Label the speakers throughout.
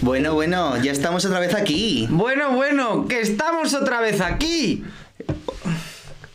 Speaker 1: Bueno, bueno, ya estamos otra vez aquí.
Speaker 2: Bueno, bueno, que estamos otra vez aquí.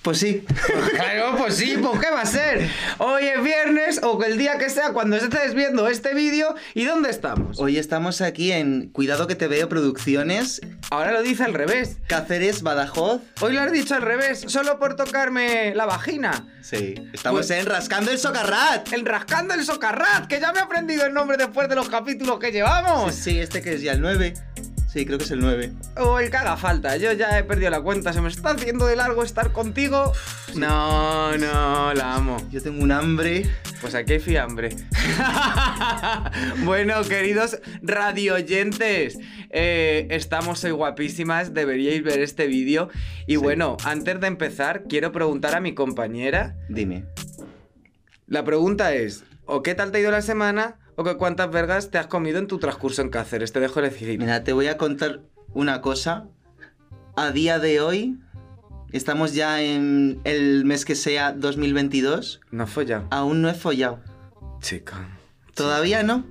Speaker 1: Pues sí.
Speaker 2: Claro, pues sí, pues qué va a ser. Hoy es viernes o el día que sea cuando estés viendo este vídeo. ¿Y dónde estamos?
Speaker 1: Hoy estamos aquí en Cuidado que te veo Producciones,
Speaker 2: Ahora lo dice al revés.
Speaker 1: Cáceres, Badajoz.
Speaker 2: Hoy lo has dicho al revés, solo por tocarme la vagina.
Speaker 1: Sí. Estamos
Speaker 2: Pues-
Speaker 1: en Rascando el Socarrat.
Speaker 2: El rascando el socarrat, que ya me he aprendido el nombre después de los capítulos que llevamos.
Speaker 1: Sí, este que es ya el 9. Sí, creo que es el 9.
Speaker 2: O el que haga falta, yo ya he perdido la cuenta, se me está haciendo de largo estar contigo. No, no, la amo.
Speaker 1: Yo tengo un hambre.
Speaker 2: Pues aquí hay fiambre. bueno, queridos radioyentes, eh, estamos hoy guapísimas, deberíais ver este vídeo. Y
Speaker 1: Sí.
Speaker 2: bueno, antes de empezar, quiero preguntar a mi compañera.
Speaker 1: Dime.
Speaker 2: La pregunta es, ¿o qué tal te ha ido la semana? ¿O que cuántas vergas te has comido en tu transcurso en Cáceres? Te dejo elegir.
Speaker 1: Mira, te voy a contar una cosa. A día de hoy, estamos ya en el mes que sea 2022.
Speaker 2: No folla.
Speaker 1: Aún no he follado.
Speaker 2: Chica,
Speaker 1: Todavía no.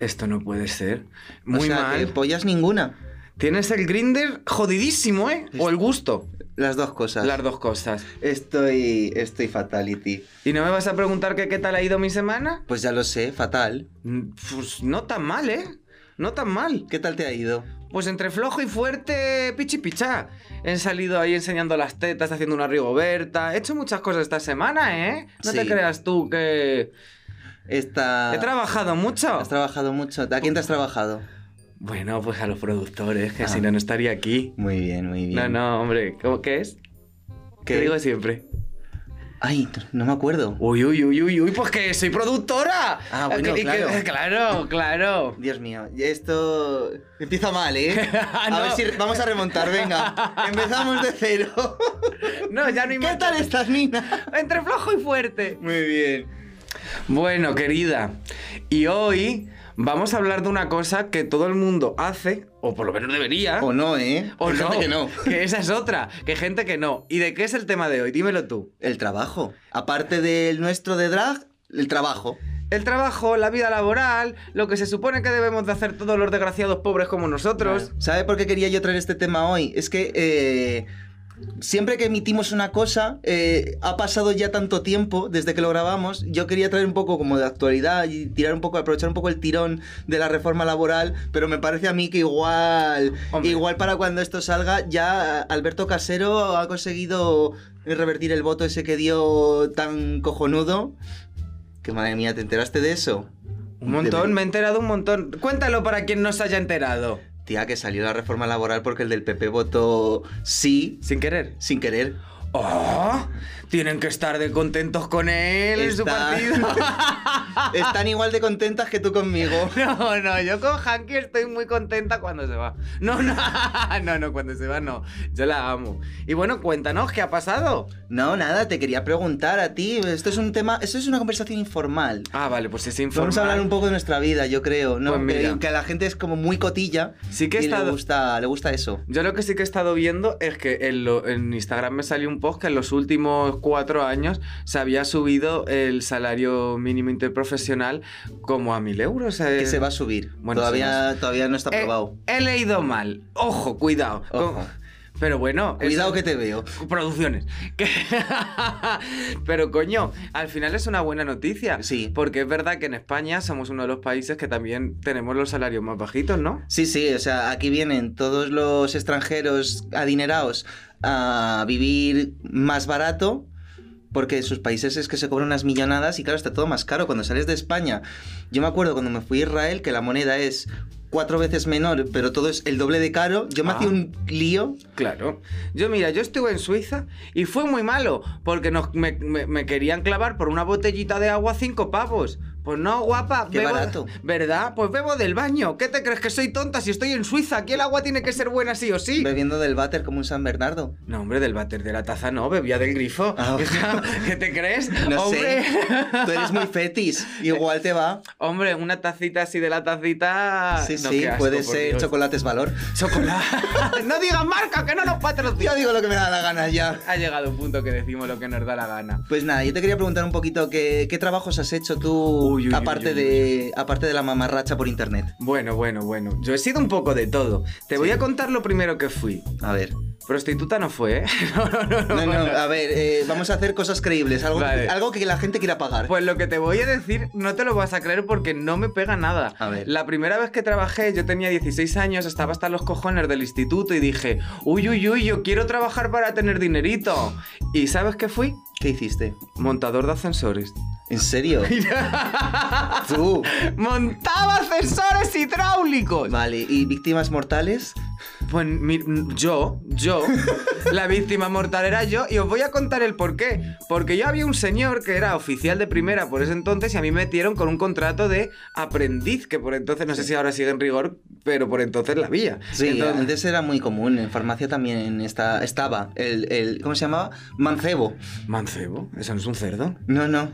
Speaker 2: esto no puede ser.
Speaker 1: O
Speaker 2: Muy
Speaker 1: sea,
Speaker 2: mal.
Speaker 1: que pollas ninguna.
Speaker 2: Tienes el grinder jodidísimo, ¿eh? O el gusto.
Speaker 1: Las dos cosas.
Speaker 2: Las dos cosas.
Speaker 1: Estoy. Estoy fatality.
Speaker 2: ¿Y no me vas a preguntar que qué tal ha ido mi semana?
Speaker 1: Pues ya lo sé, fatal.
Speaker 2: Mm, Pues no tan mal, ¿eh? No tan mal.
Speaker 1: ¿Qué tal te ha ido?
Speaker 2: Pues entre flojo y fuerte, pichi pichá. He salido ahí enseñando las tetas, haciendo una rigoberta. He hecho muchas cosas esta semana, ¿eh? No te
Speaker 1: Sí.
Speaker 2: creas tú que...
Speaker 1: Esta...
Speaker 2: He trabajado mucho.
Speaker 1: ¿Has trabajado mucho? ¿A quién te has trabajado?
Speaker 2: Bueno, pues a los productores, que
Speaker 1: Ah.
Speaker 2: si no, no estaría aquí.
Speaker 1: Muy bien, muy bien.
Speaker 2: No, no, hombre. ¿Cómo que es? ¿Qué
Speaker 1: ¿Qué?
Speaker 2: digo siempre?
Speaker 1: Ay, no- no me acuerdo.
Speaker 2: Uy, uy, uy, uy, uy, pues que soy productora.
Speaker 1: Ah, bueno,
Speaker 2: Que- que-
Speaker 1: claro.
Speaker 2: claro, claro.
Speaker 1: Dios mío, esto empieza mal, ¿eh?
Speaker 2: Ah,
Speaker 1: A
Speaker 2: no.
Speaker 1: ver si vamos a remontar, venga. Empezamos de cero.
Speaker 2: No, ya no hay
Speaker 1: ¿Qué
Speaker 2: más.
Speaker 1: tal estás, Nina?
Speaker 2: Entre flojo y fuerte.
Speaker 1: Muy bien.
Speaker 2: Bueno, querida, y hoy vamos a hablar de una cosa que todo el mundo hace, o por lo menos debería,
Speaker 1: O no, ¿eh?
Speaker 2: o
Speaker 1: Hay
Speaker 2: no,
Speaker 1: gente que no.
Speaker 2: que esa es otra, que hay gente que no. ¿Y de qué es el tema de hoy? Dímelo tú.
Speaker 1: El trabajo. Aparte del nuestro de drag, el trabajo.
Speaker 2: El trabajo, la vida laboral, lo que se supone que debemos de hacer todos los desgraciados pobres como nosotros.
Speaker 1: ¿Sabe por qué quería yo traer este tema hoy? Es que eh, siempre que emitimos una cosa, eh, ha pasado ya tanto tiempo desde que lo grabamos, yo quería traer un poco como de actualidad y tirar un poco, aprovechar un poco el tirón de la reforma laboral, pero me parece a mí que igual,
Speaker 2: Hombre.
Speaker 1: igual para cuando esto salga, ya Alberto Casero ha conseguido revertir el voto ese que dio tan cojonudo. Que madre mía, ¿te enteraste de eso?
Speaker 2: Un montón,
Speaker 1: Debería-
Speaker 2: me he enterado un montón. Cuéntalo para quien no se haya enterado.
Speaker 1: Tía, que salió la reforma laboral porque el del PP votó sí
Speaker 2: Sin querer.
Speaker 1: sin querer.
Speaker 2: ¡Oh! Tienen que estar de contentos con él y su
Speaker 1: Está-
Speaker 2: partido.
Speaker 1: Están igual de contentas que tú conmigo.
Speaker 2: No, no, yo con Hanky estoy muy contenta cuando se va. No, no, no, no, cuando se va no. Yo la amo. Y bueno, cuéntanos qué ha pasado.
Speaker 1: No, nada, te quería preguntar a ti. Esto es un tema, esto es una conversación informal.
Speaker 2: Ah, vale, pues es informal.
Speaker 1: Vamos a hablar un poco de nuestra vida, yo creo, ¿no?
Speaker 2: Pues mira.
Speaker 1: Que- Que a la gente es como muy cotilla.
Speaker 2: Sí que he
Speaker 1: y le
Speaker 2: estado-
Speaker 1: gusta, le gusta eso.
Speaker 2: Yo lo que sí que he estado viendo es que en, lo- en Instagram me salió un post que en los últimos cuatro años se había subido el salario mínimo interprofesional como a mil euros. eh.
Speaker 1: Que se va a subir.
Speaker 2: bueno,
Speaker 1: todavía, todavía no está
Speaker 2: Eh,
Speaker 1: aprobado.
Speaker 2: He, leído mal. Ojo, cuidado.
Speaker 1: Ojo.
Speaker 2: Con- Pero bueno, eso-
Speaker 1: Cuidado que te veo.
Speaker 2: producciones. Que- Pero coño, al final es una buena noticia.
Speaker 1: Sí.
Speaker 2: Porque es verdad que en España somos uno de los países que también tenemos los salarios más bajitos, ¿no?
Speaker 1: Sí, sí, o sea, aquí vienen todos los extranjeros adinerados a vivir más barato, porque en sus países es que se cobran unas millonadas y claro, está todo más caro cuando sales de España. Yo me acuerdo cuando me fui a Israel que la moneda es cuatro veces menor, pero todo es el doble de caro. Yo me
Speaker 2: Ah.
Speaker 1: hacía un lío.
Speaker 2: Claro. Yo, mira, yo estuve en Suiza y fue muy malo porque nos, me, me- me querían clavar por una botellita de agua cinco pavos. Pues no, guapa.
Speaker 1: Qué
Speaker 2: bebo-
Speaker 1: barato.
Speaker 2: ¿Verdad? Pues bebo del baño. ¿Qué te crees que soy tonta si estoy en Suiza? Aquí el agua tiene que ser buena sí o sí.
Speaker 1: Bebiendo del váter como un San Bernardo.
Speaker 2: No, hombre, del váter de la taza no, bebía del grifo.
Speaker 1: Ah.
Speaker 2: O sea, ¿Qué te crees?
Speaker 1: No
Speaker 2: hombre,
Speaker 1: sé. Tú eres muy fetis. Igual te va.
Speaker 2: hombre, una tacita así de la tacita.
Speaker 1: Sí,
Speaker 2: Ah, No,
Speaker 1: sí,
Speaker 2: qué asco,
Speaker 1: puede
Speaker 2: por
Speaker 1: ser
Speaker 2: Dios.
Speaker 1: chocolates valor.
Speaker 2: Chocolate. no digas marca, que no nos
Speaker 1: Yo
Speaker 2: patrocina.
Speaker 1: digo lo que me da la gana ya.
Speaker 2: Ha llegado un punto que decimos lo que nos da la gana.
Speaker 1: Pues nada, yo te quería preguntar un poquito qué, qué trabajos has hecho tú
Speaker 2: Uy, uy, uy,
Speaker 1: aparte,
Speaker 2: uy,
Speaker 1: de, aparte de la mamarracha por internet.
Speaker 2: Bueno, bueno, bueno. Yo he sido un poco de todo. Te voy a contar lo primero que fui.
Speaker 1: A ver.
Speaker 2: Prostituta no fue, ¿eh? No, no, no, ah. no.
Speaker 1: No, no, a ver, eh, vamos a hacer cosas creíbles, algo,
Speaker 2: Vale.
Speaker 1: algo que la gente quiera pagar.
Speaker 2: Pues lo que te voy a decir no te lo vas a creer porque no me pega nada.
Speaker 1: A ver.
Speaker 2: La primera vez que trabajé, yo tenía 16 años, estaba hasta los cojones del instituto y dije, uy, uy, uy, yo quiero trabajar para tener dinerito. ¿Y sabes qué fui?
Speaker 1: ¿Qué hiciste?
Speaker 2: Montador de ascensores.
Speaker 1: ¿En serio? Tú.
Speaker 2: ¡Montaba ascensores hidráulicos!
Speaker 1: Vale, ¿y víctimas mortales?
Speaker 2: Pues mi- yo, yo, la víctima mortal era yo y os voy a contar el por qué. Porque yo había un señor que era oficial de primera por ese entonces y a mí me metieron con un contrato de aprendiz, que por entonces, no sé si ahora sigue en rigor, pero por entonces la había.
Speaker 1: Sí,
Speaker 2: Entonces-
Speaker 1: antes era muy común, en farmacia también está, estaba el, el- ¿Cómo se llamaba? Mancebo.
Speaker 2: Mancebo, eso no es un cerdo.
Speaker 1: No, no.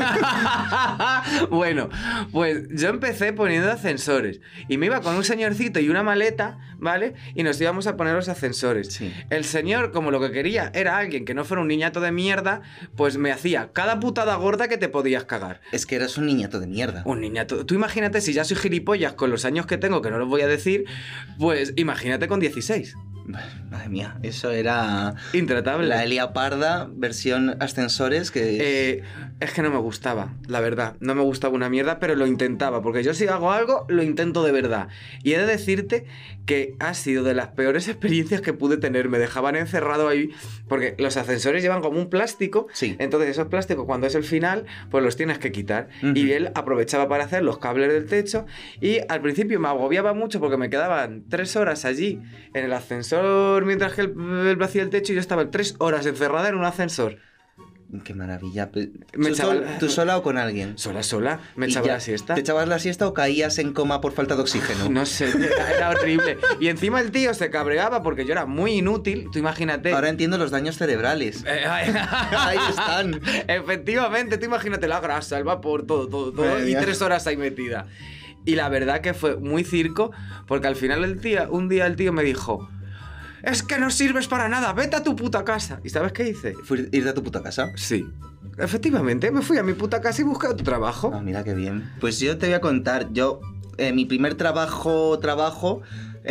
Speaker 2: Ah. bueno, pues yo empecé poniendo ascensores y me iba con un señorcito y una maleta, ¿vale? Y nos íbamos a poner los ascensores.
Speaker 1: Sí.
Speaker 2: El señor, como lo que quería era alguien que no fuera un niñato de mierda, pues me hacía cada putada gorda que te podías cagar.
Speaker 1: Es que eras un niñato de mierda.
Speaker 2: Un niñato. Tú imagínate si ya soy gilipollas con los años que tengo, que no los voy a decir, pues imagínate con 16.
Speaker 1: Madre mía, eso era
Speaker 2: Intratable.
Speaker 1: la Elia Parda versión ascensores que...
Speaker 2: Eh, es que no me gustaba, la verdad. No me gustaba una mierda, pero lo intentaba. Porque yo si hago algo, lo intento de verdad. Y he de decirte que ha sido de las peores experiencias que pude tener. Me dejaban encerrado ahí. Porque los ascensores llevan como un plástico.
Speaker 1: Sí.
Speaker 2: Entonces esos plásticos, cuando es el final, pues los tienes que quitar.
Speaker 1: Ujú.
Speaker 2: Y él aprovechaba para hacer los cables del techo. Y al principio me agobiaba mucho porque me quedaban tres horas allí en el ascensor mientras que él él vacía el techo y yo estaba tres horas encerrada en un ascensor.
Speaker 1: Qué maravilla.
Speaker 2: Me
Speaker 1: ¿Tú,
Speaker 2: echaba-
Speaker 1: sol- tú sola o con alguien?
Speaker 2: Sola, sola. Me
Speaker 1: Y
Speaker 2: echaba
Speaker 1: ya.
Speaker 2: la siesta.
Speaker 1: ¿Te echabas la siesta o caías en coma por falta de oxígeno?
Speaker 2: No sé, era era horrible. Y encima el tío se cabreaba porque yo era muy inútil. Tú imagínate.
Speaker 1: Ahora entiendo los daños cerebrales.
Speaker 2: Eh, ay.
Speaker 1: Ahí están.
Speaker 2: Efectivamente, tú imagínate la grasa, el vapor, todo, todo, todo.
Speaker 1: Madre
Speaker 2: y
Speaker 1: mía.
Speaker 2: tres horas ahí metida. Y la verdad que fue muy circo, porque al final el tío, un día el tío me dijo: Es que no sirves para nada, vete a tu puta casa. ¿Y sabes qué hice?
Speaker 1: Fui- Irte a tu puta casa.
Speaker 2: Sí. Efectivamente, me fui a mi puta casa y busqué otro trabajo.
Speaker 1: Ah, mira qué bien. Pues yo te voy a contar, yo, eh, mi primer trabajo, trabajo,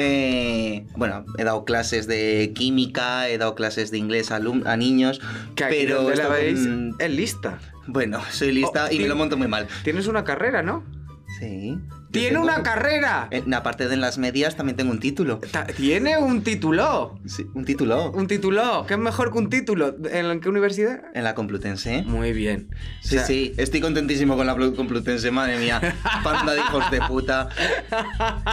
Speaker 1: eh, bueno, he dado clases de química, he dado clases de inglés a, alum- a niños,
Speaker 2: que aquí
Speaker 1: pero...
Speaker 2: donde la
Speaker 1: esto-
Speaker 2: veis
Speaker 1: mm,
Speaker 2: es lista.
Speaker 1: Bueno, soy lista
Speaker 2: Oh,
Speaker 1: y
Speaker 2: ti-
Speaker 1: me lo monto muy mal.
Speaker 2: Tienes una carrera, ¿no?
Speaker 1: Sí.
Speaker 2: ¡Tiene
Speaker 1: Yo tengo-
Speaker 2: una carrera!
Speaker 1: En- Aparte de en las medias, también tengo un título.
Speaker 2: Ta- ¡Tiene un título!
Speaker 1: Sí, un título.
Speaker 2: ¡Un título! ¿Qué es mejor que un título? ¿En qué universidad?
Speaker 1: En la Complutense, ¿eh?
Speaker 2: Muy bien. O
Speaker 1: Sí,
Speaker 2: sea,
Speaker 1: sí, estoy contentísimo con la Blue Complutense, madre mía. Panda de hijos de puta.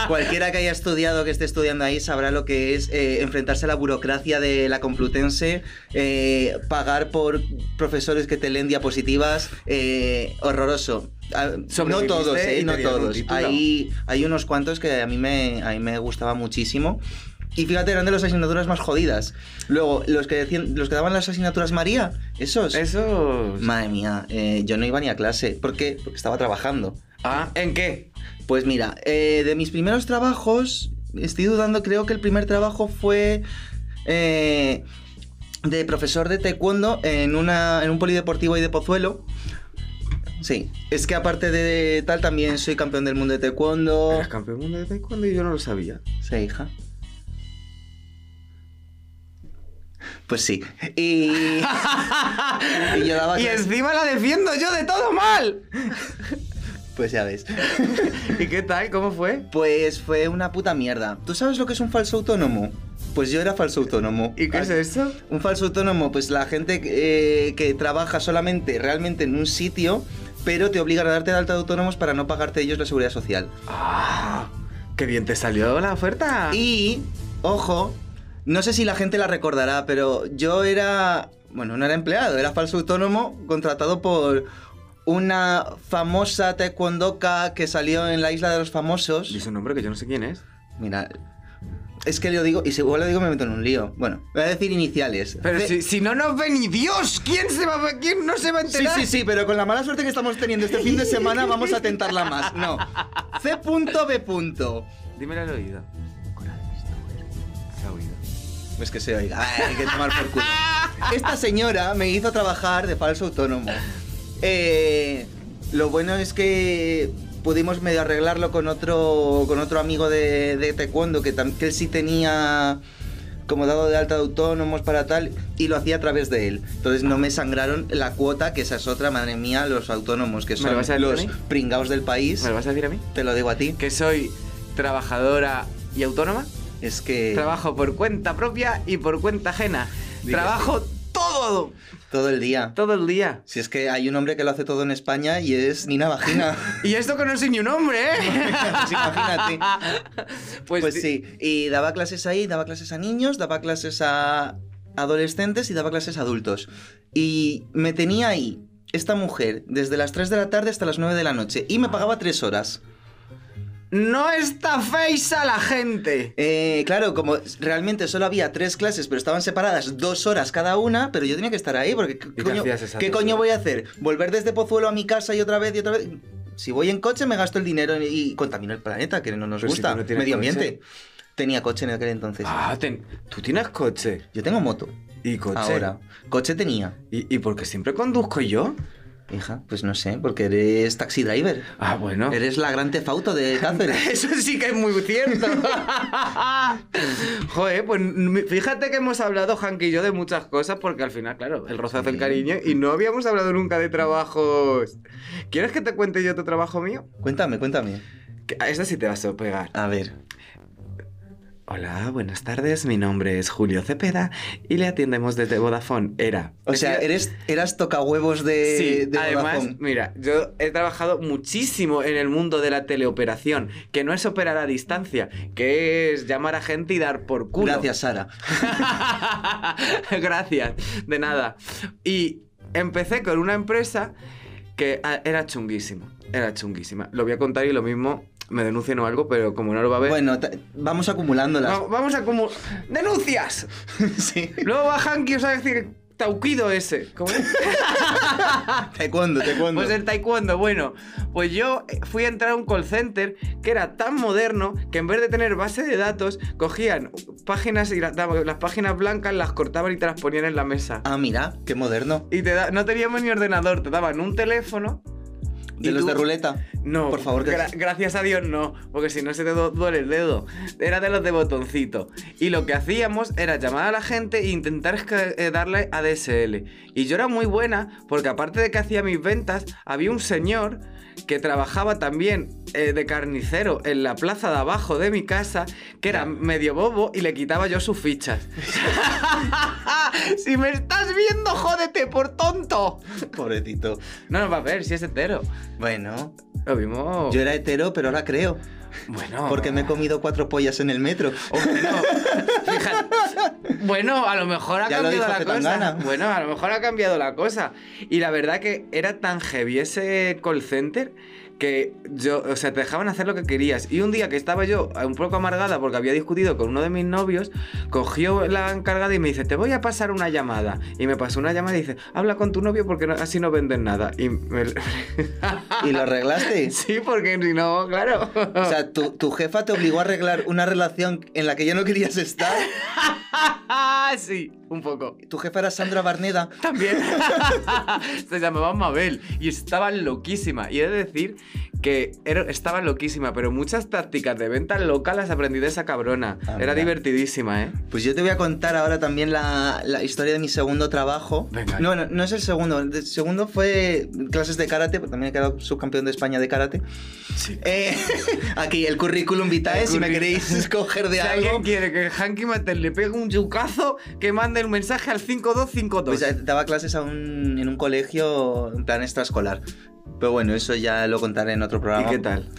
Speaker 1: Cualquiera que haya estudiado, que esté estudiando ahí, sabrá lo que es eh, enfrentarse a la burocracia de la Complutense, eh, pagar por profesores que te leen diapositivas, eh, horroroso. Ah, No
Speaker 2: Sobreviviste
Speaker 1: todos,
Speaker 2: y
Speaker 1: eh,
Speaker 2: te
Speaker 1: no
Speaker 2: dieron un
Speaker 1: todos.
Speaker 2: título.
Speaker 1: Hay, hay unos cuantos que a mí me, a mí me gustaba muchísimo. Y fíjate, eran de las asignaturas más jodidas. Luego, los que, decían- los que daban las asignaturas María, esos.
Speaker 2: Eso.
Speaker 1: Madre mía, eh, yo no iba ni a clase. ¿Por qué? Porque estaba trabajando.
Speaker 2: Ah, ¿en qué?
Speaker 1: Pues mira, eh, de mis primeros trabajos, estoy dudando, creo que el primer trabajo fue eh, de profesor de taekwondo en, una, en un polideportivo ahí de Pozuelo. Sí, es que aparte de tal, también soy campeón del mundo de taekwondo.
Speaker 2: Eras campeón mundial de taekwondo y yo no lo sabía.
Speaker 1: Sí, hija. Pues sí. Y, y yo daba
Speaker 2: y
Speaker 1: clases-
Speaker 2: encima la defiendo yo de todo mal.
Speaker 1: Pues ya ves.
Speaker 2: ¿Y qué tal? ¿Cómo fue?
Speaker 1: Pues fue una puta mierda. ¿Tú sabes lo que es un falso autónomo? Pues yo era falso autónomo.
Speaker 2: ¿Y qué es eso?
Speaker 1: Un falso autónomo, pues la gente eh, que trabaja solamente, realmente en un sitio, pero te obligan a darte de alta de autónomos para no pagarte ellos la seguridad social.
Speaker 2: Ah, qué bien te salió la oferta.
Speaker 1: Y, ojo, no sé si la gente la recordará, pero yo era, bueno, no era empleado, era falso autónomo contratado por una famosa taekwondoka que salió en la isla de los famosos.
Speaker 2: Dice un nombre que yo no sé quién es.
Speaker 1: Mira, es que lo digo, y si igual lo digo me meto en un lío. Bueno, voy a decir iniciales.
Speaker 2: Pero
Speaker 1: C-
Speaker 2: si, si no nos ve ni Dios, ¿quién se va a- quién no se va a
Speaker 1: Sí,
Speaker 2: enterar?
Speaker 1: sí, sí, pero con la mala suerte que estamos teniendo este fin de semana vamos a tentarla más. No. C.B.
Speaker 2: Dímelo al oído. Se ha oído.
Speaker 1: Pues que se oiga, Ay, hay que tomar por culo. Esta señora me hizo trabajar de falso autónomo. Eh, lo bueno es que pudimos medio arreglarlo con otro, con otro amigo de, de taekwondo que, tam- que él sí tenía como dado de alta de autónomos para tal y lo hacía a través de él. Entonces no me sangraron la cuota, que esa es otra, madre mía, los autónomos que
Speaker 2: ¿Me lo
Speaker 1: son
Speaker 2: vas a decir
Speaker 1: los
Speaker 2: a mí?
Speaker 1: pringaos del país.
Speaker 2: ¿Me lo vas a decir a mí?
Speaker 1: Te lo digo a ti.
Speaker 2: Que soy trabajadora y autónoma.
Speaker 1: Es que
Speaker 2: Trabajo por cuenta propia y por cuenta ajena.
Speaker 1: Diga.
Speaker 2: Trabajo todo,
Speaker 1: todo el día.
Speaker 2: todo el día.
Speaker 1: Si es que hay un hombre que lo hace todo en España y es Nina Vagina.
Speaker 2: Y esto que no soy ni un hombre, ¿eh?
Speaker 1: Pues imagínate.
Speaker 2: Pues,
Speaker 1: Pues,
Speaker 2: di-
Speaker 1: sí. Y daba clases ahí, daba clases a niños, daba clases a adolescentes y daba clases a adultos. Y me tenía ahí esta mujer desde las 3 de la tarde hasta las 9 de la noche y me pagaba 3 horas.
Speaker 2: No está face a la gente.
Speaker 1: Eh, claro, como realmente solo había tres clases, pero estaban separadas dos horas cada una, pero yo tenía que estar ahí, porque ¿qué,
Speaker 2: qué
Speaker 1: coño,
Speaker 2: hacías esas
Speaker 1: qué
Speaker 2: dos
Speaker 1: coño
Speaker 2: horas?
Speaker 1: voy a hacer? ¿Volver desde Pozuelo a mi casa y otra vez y otra vez? Si voy en coche me gasto el dinero y, y contamino el planeta, que no nos
Speaker 2: Pero si
Speaker 1: gusta.
Speaker 2: tú no tienes
Speaker 1: Medio ambiente.
Speaker 2: coche.
Speaker 1: Tenía coche en aquel entonces.
Speaker 2: Ah, ten- tú tienes coche.
Speaker 1: Yo tengo moto.
Speaker 2: Y coche.
Speaker 1: Ahora. Coche tenía.
Speaker 2: ¿Y, y por qué siempre conduzco yo?
Speaker 1: Hija, pues no sé, porque eres taxi driver.
Speaker 2: Ah, bueno.
Speaker 1: Eres la gran tefauto de Cáceres.
Speaker 2: Eso sí que es muy cierto. Joder, pues m- fíjate que hemos hablado, Hank y yo, de muchas cosas, porque al final, claro, el roce hace el
Speaker 1: Sí.
Speaker 2: cariño y no habíamos hablado nunca de trabajos. ¿Quieres que te cuente yo tu trabajo mío?
Speaker 1: cuéntame, cuéntame.
Speaker 2: Que a esta sí te vas a pegar.
Speaker 1: A ver.
Speaker 2: Hola, buenas tardes, mi nombre es Julio Cepeda y le atendemos desde Vodafone. Era.
Speaker 1: O sea, eres, eras tocahuevos de,
Speaker 2: Sí,
Speaker 1: de
Speaker 2: además,
Speaker 1: Vodafone.
Speaker 2: mira, yo he trabajado muchísimo en el mundo de la teleoperación, que no es operar a distancia, que es llamar a gente y dar por culo.
Speaker 1: Gracias, Sara.
Speaker 2: Gracias, de nada. Y empecé con una empresa que ah, era chunguísima, era chunguísima. Lo voy a contar y lo mismo me denuncian o algo, pero como no lo va a ver...
Speaker 1: Bueno, ta- vamos acumulándolas.
Speaker 2: va- vamos a como... ¡Denuncias!
Speaker 1: sí.
Speaker 2: Luego va Hanky y os va a decir... Tauquido ese. ¿Cómo es?
Speaker 1: Taekwondo, taekwondo.
Speaker 2: Pues el taekwondo, bueno, pues yo fui a entrar a un call center que era tan moderno que en vez de tener base de datos, cogían páginas y las, daban- las páginas blancas las cortaban y te las ponían en la mesa.
Speaker 1: Ah, mira, qué moderno.
Speaker 2: Y te da- no teníamos ni ordenador, te daban un teléfono.
Speaker 1: De
Speaker 2: ¿Y
Speaker 1: los
Speaker 2: tú?
Speaker 1: de ruleta.
Speaker 2: No,
Speaker 1: Por favor, que-
Speaker 2: gra- gracias a Dios no, porque si no se te do- duele el dedo. Era de los de botoncito. Y lo que hacíamos era llamar a la gente e intentar esca- eh, darle ADSL. Y yo era muy buena, porque aparte de que hacía mis ventas, había un señor que trabajaba también eh, de carnicero en la plaza de abajo de mi casa, que era medio bobo y le quitaba yo sus fichas. si me estás viendo, jódete por tonto.
Speaker 1: Pobrecito.
Speaker 2: No nos va a ver, si es entero.
Speaker 1: Bueno,
Speaker 2: Lo mismo.
Speaker 1: yo era hetero, pero ahora creo.
Speaker 2: Bueno.
Speaker 1: Porque me he comido cuatro pollas en el metro.
Speaker 2: O bueno, fíjate. Bueno, a lo mejor ha
Speaker 1: Ya lo
Speaker 2: cambiado
Speaker 1: dijo
Speaker 2: la cosa.
Speaker 1: Zetangana.
Speaker 2: Bueno, a lo mejor ha cambiado la cosa. Y la verdad que era tan heavy ese call center que yo, o sea, te dejaban hacer lo que querías. Y un día que estaba yo un poco amargada porque había discutido con uno de mis novios, cogió la encargada y me dice, te voy a pasar una llamada. Y me pasó una llamada y dice, habla con tu novio porque no- así no venden nada. Y me...
Speaker 1: ¿Y lo arreglaste?
Speaker 2: sí, Oh. porque si no, claro.
Speaker 1: O sea, tu, tu jefa te obligó a arreglar una relación en la que ya no querías estar.
Speaker 2: sí, un poco.
Speaker 1: Tu jefa era Sandra Barneda.
Speaker 2: También. Se llamaba Mabel y estaba loquísima. Y he de decir que era- estaba loquísima, pero muchas tácticas de venta loca las aprendí de esa cabrona.
Speaker 1: Ah,
Speaker 2: era
Speaker 1: mira.
Speaker 2: divertidísima, ¿eh?
Speaker 1: Pues yo te voy a contar ahora también la, la historia de mi segundo trabajo.
Speaker 2: Venga.
Speaker 1: No, no, no es el segundo. El segundo fue clases de karate, porque también he quedado subcampeón de España de karate.
Speaker 2: Sí.
Speaker 1: Eh, aquí el currículum vitae,
Speaker 2: El
Speaker 1: si me
Speaker 2: curri-
Speaker 1: queréis escoger
Speaker 2: Si
Speaker 1: de
Speaker 2: alguien
Speaker 1: algo.
Speaker 2: quiere que Hanky Mater le pegue un yucazo, que mande un mensaje al 5252.
Speaker 1: Pues eh, daba clases a un- en un colegio en plan extraescolar. Pero bueno, eso ya lo contaré en otro
Speaker 2: ¿Y
Speaker 1: programa.
Speaker 2: qué tal?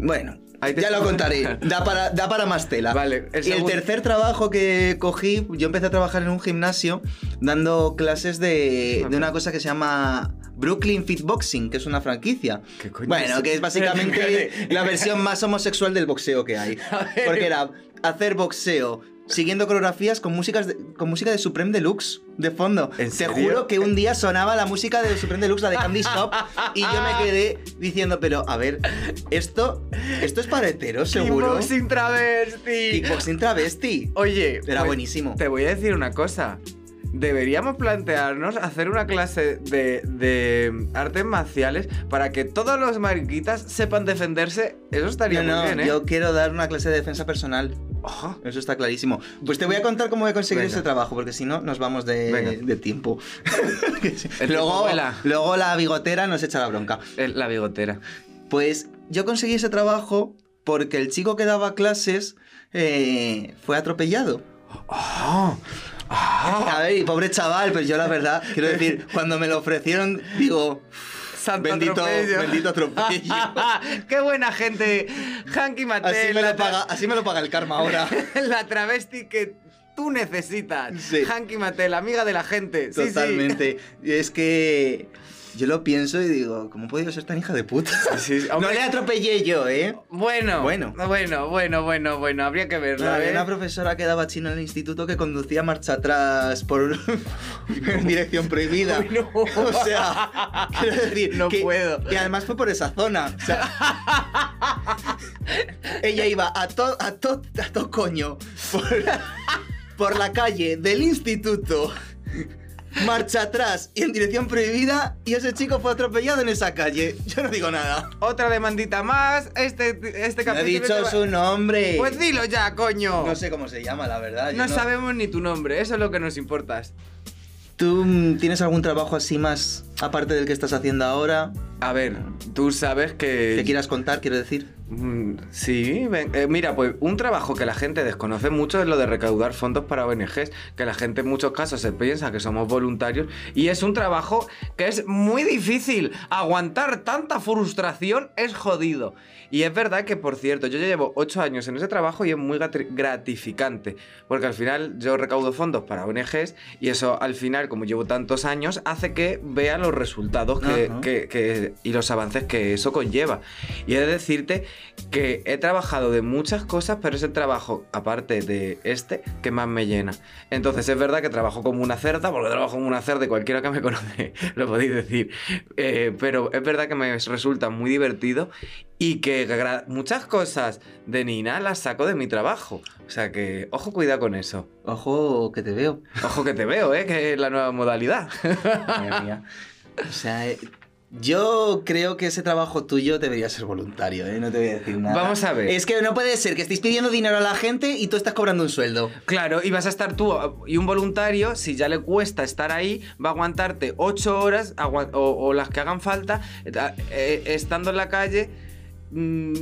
Speaker 1: Bueno,
Speaker 2: Ahí te-
Speaker 1: ya lo contaré. Da para, da para más tela.
Speaker 2: Vale, el
Speaker 1: y el
Speaker 2: segundo-
Speaker 1: tercer trabajo que cogí, yo empecé a trabajar en un gimnasio dando clases de, de una cosa que se llama Brooklyn Fitboxing, que es una franquicia.
Speaker 2: ¿Qué coño
Speaker 1: bueno,
Speaker 2: es?
Speaker 1: que es básicamente la versión más homosexual del boxeo que hay.
Speaker 2: ver.
Speaker 1: Porque era hacer boxeo siguiendo coreografías con, músicas de- con música de Supreme Deluxe de fondo. Te
Speaker 2: ¿En serio?
Speaker 1: juro que un día sonaba la música de Supreme Deluxe, la de Candy Shop, y yo me quedé diciendo, pero a ver, esto, esto es para heteros, seguro.
Speaker 2: Kickboxing travesti.
Speaker 1: Kickboxing travesti.
Speaker 2: Oye,
Speaker 1: Era
Speaker 2: pues,
Speaker 1: buenísimo.
Speaker 2: Te voy a decir una cosa. Deberíamos plantearnos hacer una clase de, de artes marciales para que todos los mariquitas sepan defenderse. Eso estaría
Speaker 1: No, no,
Speaker 2: muy bien, ¿eh?
Speaker 1: yo quiero dar una clase de defensa personal.
Speaker 2: Ojo.
Speaker 1: Eso está clarísimo. Pues te voy a contar cómo voy a conseguir
Speaker 2: Venga.
Speaker 1: ese trabajo, porque si no, nos vamos
Speaker 2: Venga.
Speaker 1: de, de tiempo.
Speaker 2: El tiempo
Speaker 1: luego,
Speaker 2: vuela.
Speaker 1: luego la bigotera nos echa la bronca.
Speaker 2: Eh, La bigotera.
Speaker 1: Pues yo conseguí ese trabajo porque el chico que daba clases eh, fue atropellado.
Speaker 2: ¡Oh! ¡Oh!
Speaker 1: A ver, y pobre chaval, pues yo la verdad, quiero decir, cuando me lo ofrecieron, digo,
Speaker 2: ¡Santo
Speaker 1: bendito
Speaker 2: atropello.
Speaker 1: bendito atropello.
Speaker 2: ¡Qué buena gente! Hanky Mateo.
Speaker 1: Así me, lo paga, así me lo paga el karma ahora.
Speaker 2: La travesti que tú necesitas.
Speaker 1: Sí.
Speaker 2: Hanky Mattel, amiga de la gente. Sí, sí.
Speaker 1: Totalmente. Y Es que yo lo pienso y digo, ¿cómo he podido ser tan hija de puta?
Speaker 2: Sí, sí.
Speaker 1: No
Speaker 2: Hombre,
Speaker 1: le atropellé yo, ¿eh?
Speaker 2: Bueno, bueno,
Speaker 1: Bueno.
Speaker 2: bueno, bueno, bueno, bueno, habría que verlo.
Speaker 1: Había
Speaker 2: ¿eh?
Speaker 1: una profesora que daba chino en el instituto que conducía marcha atrás por en dirección prohibida.
Speaker 2: Uy, no.
Speaker 1: O sea, quiero decir,
Speaker 2: No
Speaker 1: que-
Speaker 2: puedo.
Speaker 1: Y además fue por esa zona. O sea, ella iba a todo a to, a to coño por, por la calle del instituto. Marcha atrás y en dirección prohibida y ese chico fue atropellado en esa calle. Yo no digo nada.
Speaker 2: Otra demandita más, este, este
Speaker 1: No he
Speaker 2: capítulo...
Speaker 1: dicho
Speaker 2: te va-
Speaker 1: su nombre.
Speaker 2: Pues dilo ya, coño.
Speaker 1: No sé cómo se llama, la verdad. yo
Speaker 2: No sabemos ni tu nombre, eso es lo que nos importas.
Speaker 1: ¿Tú mm, tienes algún trabajo así más, aparte del que estás haciendo ahora,
Speaker 2: A ver, tú sabes que...
Speaker 1: Ah. que quieras contar, quiero decir?
Speaker 2: Mm, Sí, ven- eh, mira, pues un trabajo que la gente desconoce mucho es lo de recaudar fondos para ONGs, que la gente en muchos casos se piensa que somos voluntarios y es un trabajo que es muy difícil. Aguantar tanta frustración es jodido. Y es verdad que, por cierto, yo ya llevo 8 años en ese trabajo y es muy gratri- gratificante, porque al final yo recaudo fondos para ONGs y eso al final, como llevo tantos años, hace que vea los resultados que-
Speaker 1: Ajá.
Speaker 2: que que- que- y los avances que eso conlleva. Y he de decirte que he trabajado de muchas cosas, pero es el trabajo, aparte de este, que más me llena. Entonces es verdad que trabajo como una cerda, porque trabajo como una cerda y cualquiera que me conoce lo podéis decir. Eh, pero es verdad que me resulta muy divertido y que gra- muchas cosas de Nina las saco de mi trabajo. O sea que, ojo, cuidado con eso.
Speaker 1: Ojo, que te veo.
Speaker 2: Ojo que te veo, ¿eh? que es la nueva modalidad.
Speaker 1: Madre mía. O sea, eh, yo creo que ese trabajo tuyo debería ser voluntario, ¿eh? No te voy a decir nada.
Speaker 2: Vamos a ver.
Speaker 1: Es que no puede ser que estéis pidiendo dinero a la gente y tú estás cobrando un sueldo.
Speaker 2: Claro, y vas a estar tú y un voluntario, si ya le cuesta estar ahí, va a aguantarte ocho horas agua- o, o las que hagan falta, eh, eh, estando en la calle, mm,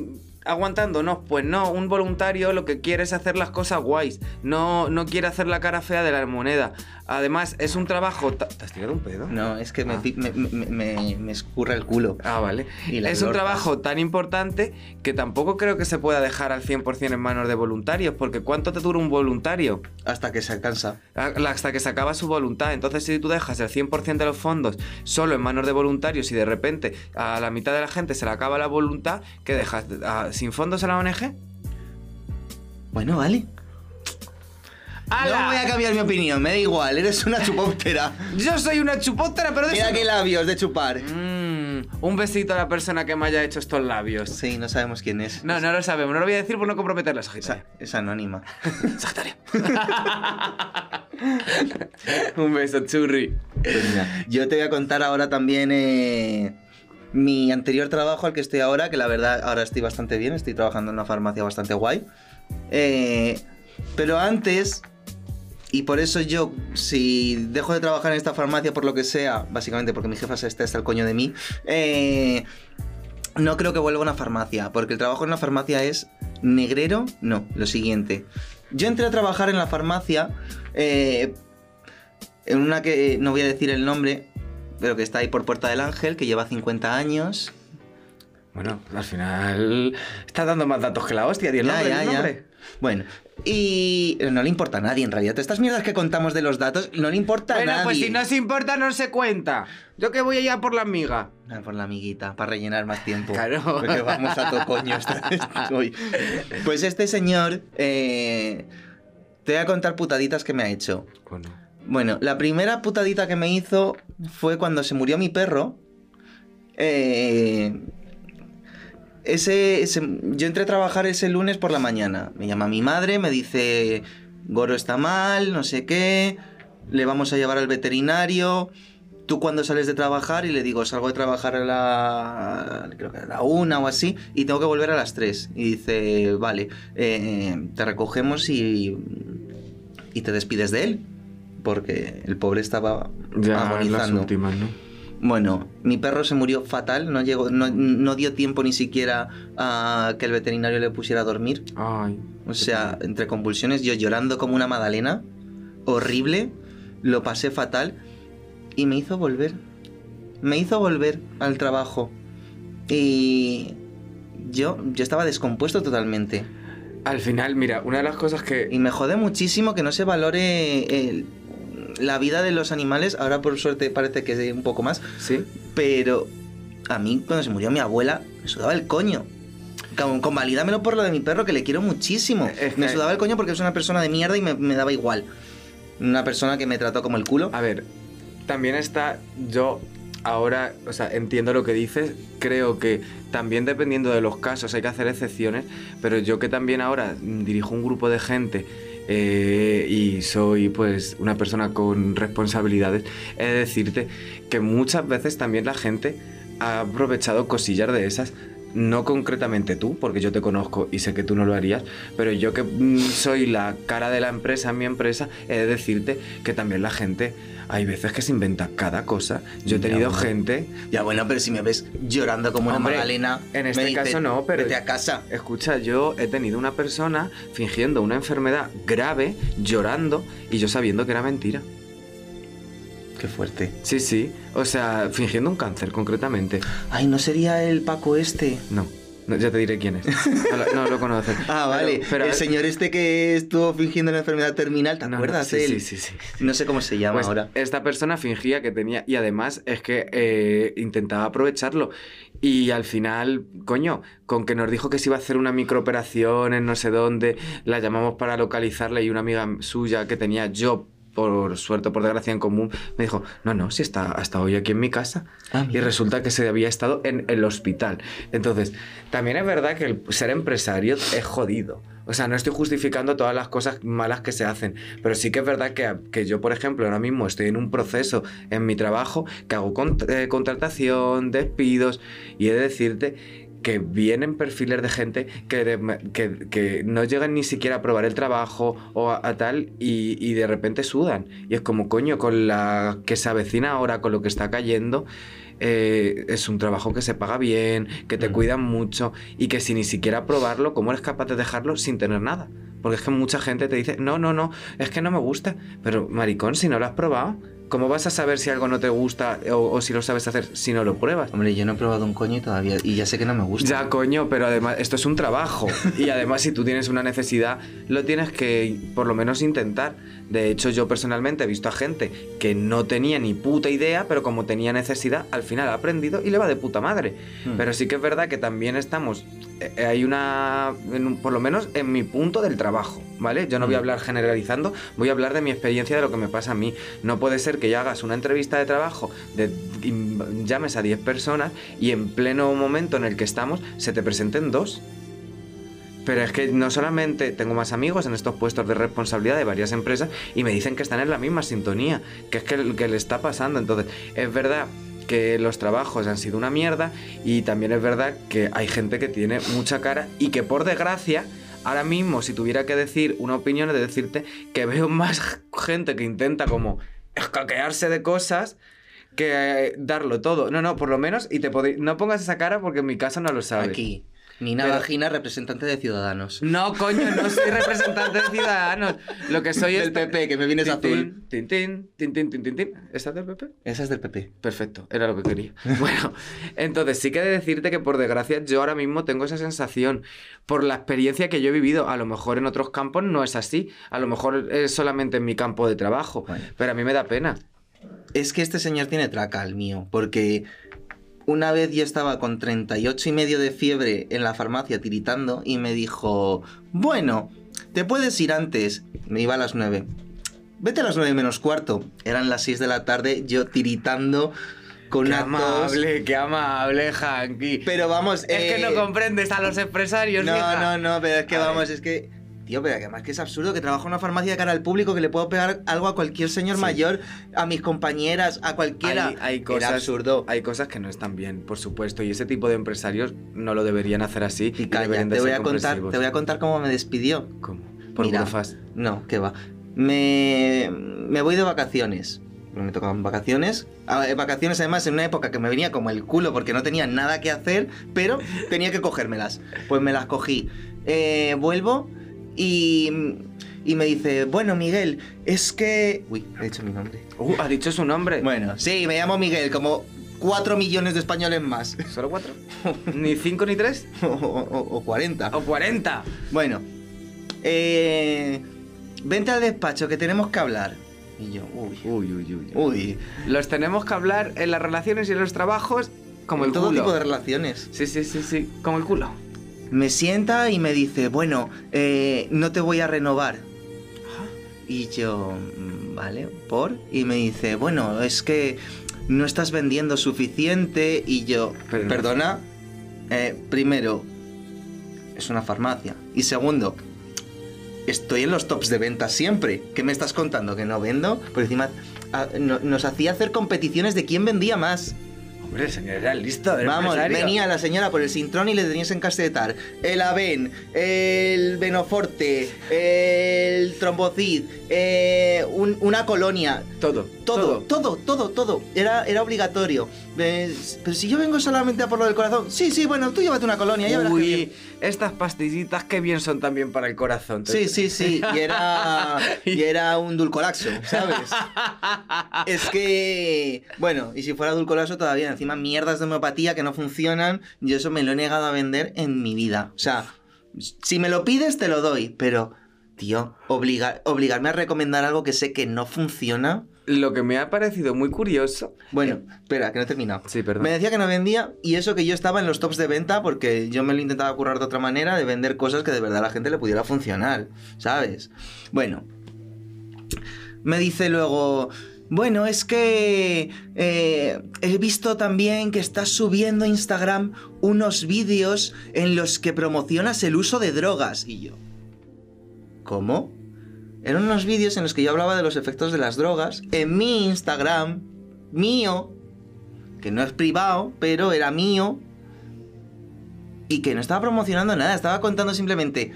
Speaker 2: aguantándonos. Pues no, un voluntario lo que quiere es hacer las cosas guays, no, no quiere hacer la cara fea de la moneda. Además, es un trabajo... ta- ¿Te has tirado un pedo?
Speaker 1: No, es que me,
Speaker 2: Ah.
Speaker 1: pi- me, me- me- me escurre el culo.
Speaker 2: Ah, vale.
Speaker 1: Y las
Speaker 2: Es un
Speaker 1: lorcas.
Speaker 2: trabajo tan importante que tampoco creo que se pueda dejar al 100% en manos de voluntarios, porque ¿cuánto te dura un voluntario?
Speaker 1: Hasta que se cansa.
Speaker 2: Ah, hasta que se acaba su voluntad. Entonces, si tú dejas el 100% de los fondos solo en manos de voluntarios y de repente a la mitad de la gente se le acaba la voluntad, ¿qué dejas? ¿A- ¿Sin fondos a la ONG?
Speaker 1: Bueno, vale. No voy a cambiar mi opinión, me da igual, eres una chupóptera.
Speaker 2: Yo soy una chupótera, pero de
Speaker 1: Mira
Speaker 2: eso
Speaker 1: qué
Speaker 2: no-
Speaker 1: labios de chupar.
Speaker 2: Mm, un besito a la persona que me haya hecho estos labios.
Speaker 1: Sí, no sabemos quién es.
Speaker 2: No, no lo sabemos, no lo voy a decir por no comprometerla,
Speaker 1: Es,
Speaker 2: Sagitario.
Speaker 1: es anónima.
Speaker 2: Sagitario. un beso, churri.
Speaker 1: Yo te voy a contar ahora también eh, mi anterior trabajo al que estoy ahora, que la verdad ahora estoy bastante bien, estoy trabajando en una farmacia bastante guay. Eh, pero antes, y por eso yo, si dejo de trabajar en esta farmacia por lo que sea, básicamente porque mi jefa se está hasta el coño de mí, eh, no creo que vuelva a una farmacia, porque el trabajo en una farmacia es negrero, no, lo siguiente. Yo entré a trabajar en la farmacia eh, en una que eh, no voy a decir el nombre, pero que está ahí por Puerta del Ángel, que lleva 50 años.
Speaker 2: Bueno, al final estás dando más datos que la hostia, di el
Speaker 1: Ya,
Speaker 2: nombre, di
Speaker 1: ya,
Speaker 2: el
Speaker 1: ya.
Speaker 2: nombre.
Speaker 1: Bueno, y eh, no le importa a nadie en realidad. Estas mierdas que contamos de los datos no le importa
Speaker 2: Bueno,
Speaker 1: a nadie.
Speaker 2: pues si no se importa, no se cuenta. Yo que voy allá por la miga.
Speaker 1: Ah, Por la amiguita, para rellenar más tiempo.
Speaker 2: Claro.
Speaker 1: Porque vamos a tocoño esta vez hoy. Pues este señor. eh, te voy a contar putaditas que me ha hecho.
Speaker 2: Bueno.
Speaker 1: Bueno, la primera putadita que me hizo fue cuando se murió mi perro. Eh, ese, ese- yo entré a trabajar ese lunes por la mañana. Me llama mi madre, me dice, Goro está mal, no sé qué, le vamos a llevar al veterinario. ¿Tú cuándo sales de trabajar? Y le digo, salgo de trabajar a la... creo que a la una o así, y tengo que volver a las tres. Y dice, vale, eh, te recogemos y, y te despides de él, porque el pobre estaba agonizando.
Speaker 2: ¿no?
Speaker 1: Bueno, mi perro se murió fatal, no, llegó, no, no dio tiempo ni siquiera a que el veterinario le pusiera a dormir.
Speaker 2: Ay.
Speaker 1: O sea, entre convulsiones, yo llorando como una magdalena, horrible, lo pasé fatal y me hizo volver. Me hizo volver al trabajo. Y yo, yo estaba descompuesto totalmente.
Speaker 2: Al final, mira, una de las cosas que.
Speaker 1: Y me jode muchísimo que no se valore el- la vida de los animales. Ahora por suerte parece que es un poco más.
Speaker 2: Sí.
Speaker 1: Pero a mí, cuando se murió mi abuela, me sudaba el coño. Con- Convalídamelo por lo de mi perro, que le quiero muchísimo.
Speaker 2: Es que-
Speaker 1: Me sudaba el coño porque es una persona de mierda y me, me daba igual. Una persona que me trató como el culo.
Speaker 2: A ver, también está. Yo ahora, o sea, entiendo lo que dices. Creo que también dependiendo de los casos hay que hacer excepciones. Pero yo que también ahora mm, dirijo un grupo de gente. eh, y soy pues una persona con responsabilidades. He de decirte que muchas veces también la gente ha aprovechado cosillas de esas. No concretamente tú, porque yo te conozco y sé que tú no lo harías, pero yo que mm, soy la cara de la empresa en mi empresa, he de decirte que también la gente, hay veces que se inventa cada cosa. Yo he
Speaker 1: Ya,
Speaker 2: tenido
Speaker 1: hombre.
Speaker 2: gente,
Speaker 1: Ya bueno, pero si me ves llorando como una
Speaker 2: Hombre,
Speaker 1: magdalena.
Speaker 2: en
Speaker 1: me
Speaker 2: este
Speaker 1: dice,
Speaker 2: caso no, pero-
Speaker 1: Vete a casa.
Speaker 2: escucha, yo he tenido una persona fingiendo una enfermedad grave, llorando y yo sabiendo que era mentira.
Speaker 1: Qué fuerte.
Speaker 2: Sí, sí, o sea, fingiendo un cáncer concretamente.
Speaker 1: Ay, ¿no sería el Paco este?
Speaker 2: No, no, ya te diré quién es. No, lo- no lo conoces.
Speaker 1: Ah, vale.
Speaker 2: Pero- pero-
Speaker 1: el señor este que estuvo fingiendo la enfermedad terminal, ¿te
Speaker 2: No, no,
Speaker 1: acuerdas
Speaker 2: sí,
Speaker 1: de él?
Speaker 2: Sí, sí, sí.
Speaker 1: No sé cómo se llama
Speaker 2: Pues
Speaker 1: ahora.
Speaker 2: Esta persona fingía que tenía. Y además es que eh, intentaba aprovecharlo. Y al final, coño, con que nos dijo que se iba a hacer una microoperación en no sé dónde, la llamamos para localizarla y una amiga suya que tenía yo, por suerte o por desgracia en común, me dijo: No, no, si está hasta hoy aquí en mi casa.
Speaker 1: Ah,
Speaker 2: Y
Speaker 1: mira.
Speaker 2: resulta que se había estado en el hospital. Entonces, también es verdad que el ser empresario es jodido. O sea, no estoy justificando todas las cosas malas que se hacen, pero sí que es verdad que, que yo, por ejemplo, ahora mismo estoy en un proceso en mi trabajo que hago cont- eh, contratación, despidos, y he de decirte que vienen perfiles de gente que, de- que- que no llegan ni siquiera a probar el trabajo o a, a tal y, y de repente sudan. Y es como, coño, con la que se avecina ahora, con lo que está cayendo, eh, es un trabajo que se paga bien, que te
Speaker 1: Mm.
Speaker 2: cuidan mucho y que si ni siquiera probarlo, ¿cómo eres capaz de dejarlo sin tener nada? Porque es que mucha gente te dice, no, no, no, es que no me gusta. Pero, maricón, si no lo has probado, ¿cómo vas a saber si algo no te gusta o, o si lo sabes hacer si no lo pruebas?
Speaker 1: Hombre, yo no he probado un coño y todavía. Y ya sé que no me gusta.
Speaker 2: Ya, coño, pero además esto es un trabajo. Y además si tú tienes una necesidad, lo tienes que por lo menos intentar. De hecho, yo personalmente he visto a gente que no tenía ni puta idea, pero como tenía necesidad, al final ha aprendido y le va de puta madre.
Speaker 1: Hmm.
Speaker 2: Pero sí que es verdad que también estamos, eh, eh, hay una, en un- por lo menos en mi punto del trabajo, ¿vale? Yo no voy a
Speaker 1: Mm.
Speaker 2: hablar generalizando, voy a hablar de mi experiencia, de lo que me pasa a mí. No puede ser que ya hagas una entrevista de trabajo, de, y llames a 10 personas y en pleno momento en el que estamos se te presenten dos. Pero es que no solamente tengo más amigos en estos puestos de responsabilidad de varias empresas y me dicen que están en la misma sintonía, que es que, el- que le está pasando. Entonces, es verdad que los trabajos han sido una mierda y también es verdad que hay gente que tiene mucha cara y que por desgracia, ahora mismo si tuviera que decir una opinión, es de decirte que veo más gente que intenta como escaquearse de cosas que eh, darlo todo. No, no, por lo menos, y te podéis... No pongas esa cara porque en mi casa no lo sabes.
Speaker 1: Aquí. Nina
Speaker 2: Pero-
Speaker 1: Vagina, representante de Ciudadanos.
Speaker 2: No, coño, no soy representante de Ciudadanos. Lo que soy es...
Speaker 1: del PP, que me vienes azul.
Speaker 2: Tin, tin, tin, tin, tin, tin, tin, tin. ¿Estás del PP?
Speaker 1: Esa es del PP.
Speaker 2: Perfecto, era lo que quería. Bueno, entonces sí que he de decirte que por desgracia yo ahora mismo tengo esa sensación por la experiencia que yo he vivido. A lo mejor en otros campos no es así, a lo mejor es solamente en mi campo de trabajo,
Speaker 1: Bueno.
Speaker 2: pero a mí me da pena.
Speaker 1: Es que este señor tiene traca al mío, porque una vez yo estaba con 38 y medio de fiebre en la farmacia tiritando y me dijo, bueno, te puedes ir antes. Me iba a las 9. Vete a las 9 menos cuarto. Eran las 6 de la tarde, yo tiritando con
Speaker 2: Qué
Speaker 1: una tos.
Speaker 2: amable, qué amable, Hanky.
Speaker 1: Pero vamos,
Speaker 2: Es que
Speaker 1: eh,
Speaker 2: no comprendes a los empresarios.
Speaker 1: No,
Speaker 2: vieja.
Speaker 1: no, no, pero es que
Speaker 2: A ver.
Speaker 1: vamos, es que... Tío, pero que además que es absurdo que trabajo en una farmacia de cara al público, que le puedo pegar algo a cualquier señor
Speaker 2: Sí.
Speaker 1: mayor, a mis compañeras, a cualquiera.
Speaker 2: Hay, hay
Speaker 1: Era
Speaker 2: cosas,
Speaker 1: absurdo.
Speaker 2: hay cosas que no están bien, por supuesto, y ese tipo de empresarios no lo deberían hacer así.
Speaker 1: Y
Speaker 2: y
Speaker 1: calla,
Speaker 2: deberían de
Speaker 1: te voy
Speaker 2: ser
Speaker 1: a contar, te
Speaker 2: comprensivos.
Speaker 1: voy a contar cómo me despidió.
Speaker 2: ¿Cómo? Por
Speaker 1: Mira.
Speaker 2: gafas.
Speaker 1: No, qué va. Me, me voy de vacaciones. Me tocaban vacaciones. Ah, eh, Vacaciones además en una época que me venía como el culo porque no tenía nada que hacer, pero tenía que cogérmelas. Pues me las cogí. Eh, vuelvo y, y me dice, bueno Miguel, es que... Uy, he dicho mi nombre.
Speaker 2: Uh, ha dicho su nombre.
Speaker 1: Bueno, sí, me llamo Miguel, como 4 millones de españoles más.
Speaker 2: ¿Solo cuatro? ¿Ni cinco ni tres?
Speaker 1: o, o- o 40.
Speaker 2: ¡O cuarenta!
Speaker 1: Bueno, eh, vente al despacho que tenemos que hablar. Y yo, uy,
Speaker 2: Uy, uy, uy.
Speaker 1: uy.
Speaker 2: Los tenemos que hablar en las relaciones y en los trabajos como el
Speaker 1: todo
Speaker 2: culo.
Speaker 1: tipo de relaciones.
Speaker 2: Sí, sí, sí, sí, como el culo.
Speaker 1: Me sienta y me dice, bueno, eh, no te voy a renovar. Y yo, "Mm, vale, por. Y me dice, bueno, es que no estás vendiendo suficiente. Y yo,
Speaker 2: Pero no-
Speaker 1: perdona, eh, primero, es una farmacia. Y segundo, estoy en los tops de ventas siempre. ¿Qué me estás contando? ¿Que no vendo? Por encima, ah, no- nos hacía hacer competiciones de quién vendía más.
Speaker 2: Hombre, señor, era listo. era
Speaker 1: Vamos,
Speaker 2: empresario.
Speaker 1: venía la señora por el cintrón y le tenías en castetar el aven, el venoforte, el trombocid, eh, un- una colonia.
Speaker 2: Todo,
Speaker 1: Todo, todo,
Speaker 2: todo.
Speaker 1: todo, todo. Era, era obligatorio. Eh, pero si yo vengo solamente a por lo del corazón. Sí, sí, bueno, tú llévate una colonia. ya verás qué bien.
Speaker 2: Uy, estas pastillitas qué bien son también para el corazón.
Speaker 1: Sí, sí, sí. Y era, y era un dulcolaxo, ¿sabes? Es que, bueno, y si fuera dulcolaxo todavía, encima mierdas de homeopatía que no funcionan, yo eso me lo he negado a vender en mi vida. O sea, si me lo pides, te lo doy, pero, tío, obligar, obligarme a recomendar algo que sé que no funciona.
Speaker 2: Lo que me ha parecido muy curioso.
Speaker 1: Bueno, espera, que no he terminado.
Speaker 2: Sí, perdón.
Speaker 1: Me decía que no vendía y eso que yo estaba en los tops de venta porque yo me lo intentaba currar de otra manera de vender cosas que de verdad a la gente le pudiera funcionar, ¿sabes? Bueno, me dice luego, bueno, es que eh, he visto también que estás subiendo a Instagram unos vídeos en los que promocionas el uso de drogas y yo. ¿Cómo? Eran unos vídeos en los que yo hablaba de los efectos de las drogas en mi Instagram, mío, que no es privado, pero era mío, y que no estaba promocionando nada, estaba contando simplemente,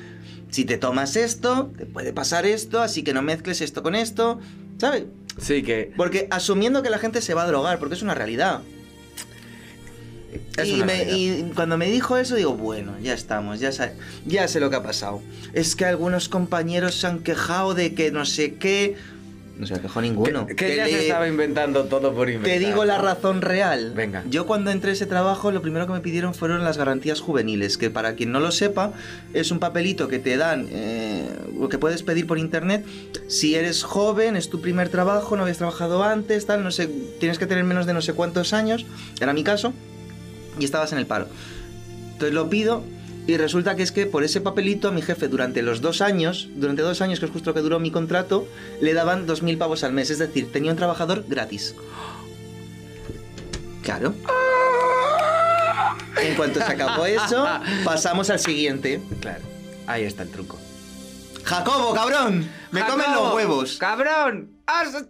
Speaker 1: si te tomas esto, te puede pasar esto, así que no mezcles esto con esto, ¿sabes?
Speaker 2: Sí, que.
Speaker 1: Porque asumiendo que la gente se va a drogar, porque es una realidad.
Speaker 2: Es
Speaker 1: y,
Speaker 2: una
Speaker 1: me-
Speaker 2: realidad.
Speaker 1: y cuando me dijo eso, digo, bueno, ya estamos, ya, sa- ya sé lo que ha pasado. Es que algunos compañeros se han quejado de que no sé qué. No se quejó ninguno.
Speaker 2: que, ya
Speaker 1: le-
Speaker 2: se estaba inventando todo por inventar.
Speaker 1: te digo la razón real.
Speaker 2: Venga.
Speaker 1: Yo cuando entré a ese trabajo, lo primero que me pidieron fueron las garantías juveniles, que para quien no lo sepa, es un papelito que te dan, eh, o que puedes pedir por internet. Si eres joven, es tu primer trabajo, no habías trabajado antes, tal, no sé, tienes que tener menos de no sé cuántos años, era mi caso, y estabas en el paro. Entonces lo pido y resulta que es que por ese papelito a mi jefe durante los dos años, durante dos años que es justo lo que duró mi contrato, le daban 2.000 pavos al mes, es decir, tenía un trabajador gratis. Claro. En cuanto se acabó eso, pasamos al siguiente.
Speaker 2: Claro, ahí está el truco.
Speaker 1: Jacobo, cabrón, me comen
Speaker 2: Jacobo,
Speaker 1: los huevos.
Speaker 2: ¡Cabrón! ¡Has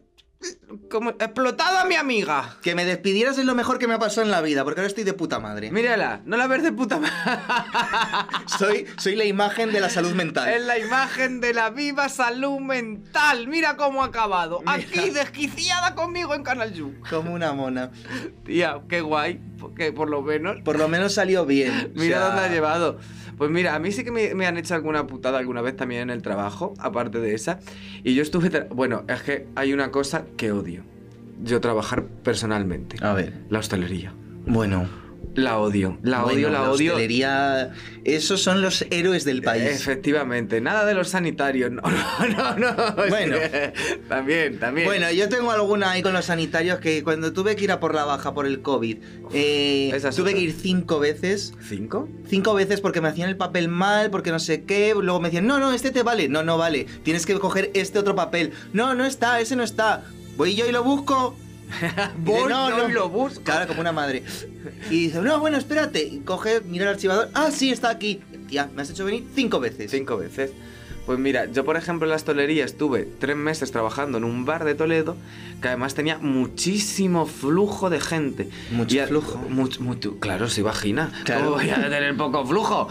Speaker 2: como explotado a mi amiga!
Speaker 1: Que me despidieras es lo mejor que me ha pasado en la vida, porque ahora estoy de puta madre.
Speaker 2: Mírala, no la ves de puta madre.
Speaker 1: Soy, soy la imagen de la salud mental.
Speaker 2: Es la imagen de la viva salud mental. Mira cómo ha acabado. Aquí desquiciada conmigo en Canal You.
Speaker 1: Como una mona.
Speaker 2: Tía, qué guay. que por lo menos
Speaker 1: Por lo menos salió bien. o
Speaker 2: Mira
Speaker 1: sea,
Speaker 2: dónde ha llevado. Pues mira, a mí sí que me, me han hecho alguna putada alguna vez también en el trabajo, aparte de esa. Y yo estuve... tra- Bueno, es que hay una cosa que odio. Yo trabajar personalmente.
Speaker 1: A ver,
Speaker 2: La hostelería.
Speaker 1: bueno.
Speaker 2: La odio. La
Speaker 1: bueno,
Speaker 2: odio, la, odio.
Speaker 1: hostelería- Esos son los héroes del país.
Speaker 2: Efectivamente, nada de los sanitarios. No, no, no. no.
Speaker 1: Bueno.
Speaker 2: también, también.
Speaker 1: Bueno, yo tengo alguna ahí con los sanitarios que cuando tuve que ir a por la baja por el COVID, eh,
Speaker 2: esa es
Speaker 1: tuve
Speaker 2: otra.
Speaker 1: que ir cinco veces.
Speaker 2: ¿Cinco?
Speaker 1: Cinco veces porque me hacían el papel mal, porque no sé qué. Luego me decían, no, no, este te vale. No, no vale. Tienes que coger este otro papel. No, no está, ese no está. Voy yo y lo busco.
Speaker 2: Voy
Speaker 1: no,
Speaker 2: yo
Speaker 1: no.
Speaker 2: y lo busco.
Speaker 1: Claro, como una madre. Y dice, no, bueno, espérate. Y coge, mira el archivador. Ah, sí, está aquí. Ya, me has hecho venir cinco veces.
Speaker 2: Cinco veces. Pues mira, yo por ejemplo en la hostelería estuve tres meses trabajando en un bar de Toledo que además tenía muchísimo flujo de gente.
Speaker 1: Mucho
Speaker 2: Y a-
Speaker 1: flujo.
Speaker 2: mucho- mucho- claro, soy vagina.
Speaker 1: Claro.
Speaker 2: ¿Cómo voy a tener poco flujo?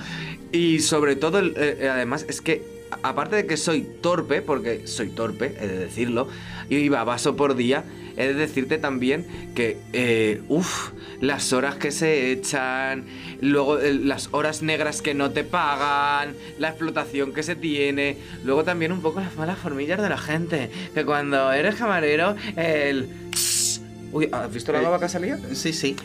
Speaker 2: Y sobre todo, el- eh, eh, además, es que a- aparte de que soy torpe, porque soy torpe, he de decirlo, y iba a vaso por día, he de decirte también que, eh, uff, las horas que se echan, luego eh, las horas negras que no te pagan, la explotación que se tiene, luego también un poco las malas formillas de la gente, que cuando eres camarero, el... Uy, ¿has visto la
Speaker 1: Eh,
Speaker 2: baba que ha salido?
Speaker 1: Sí, sí.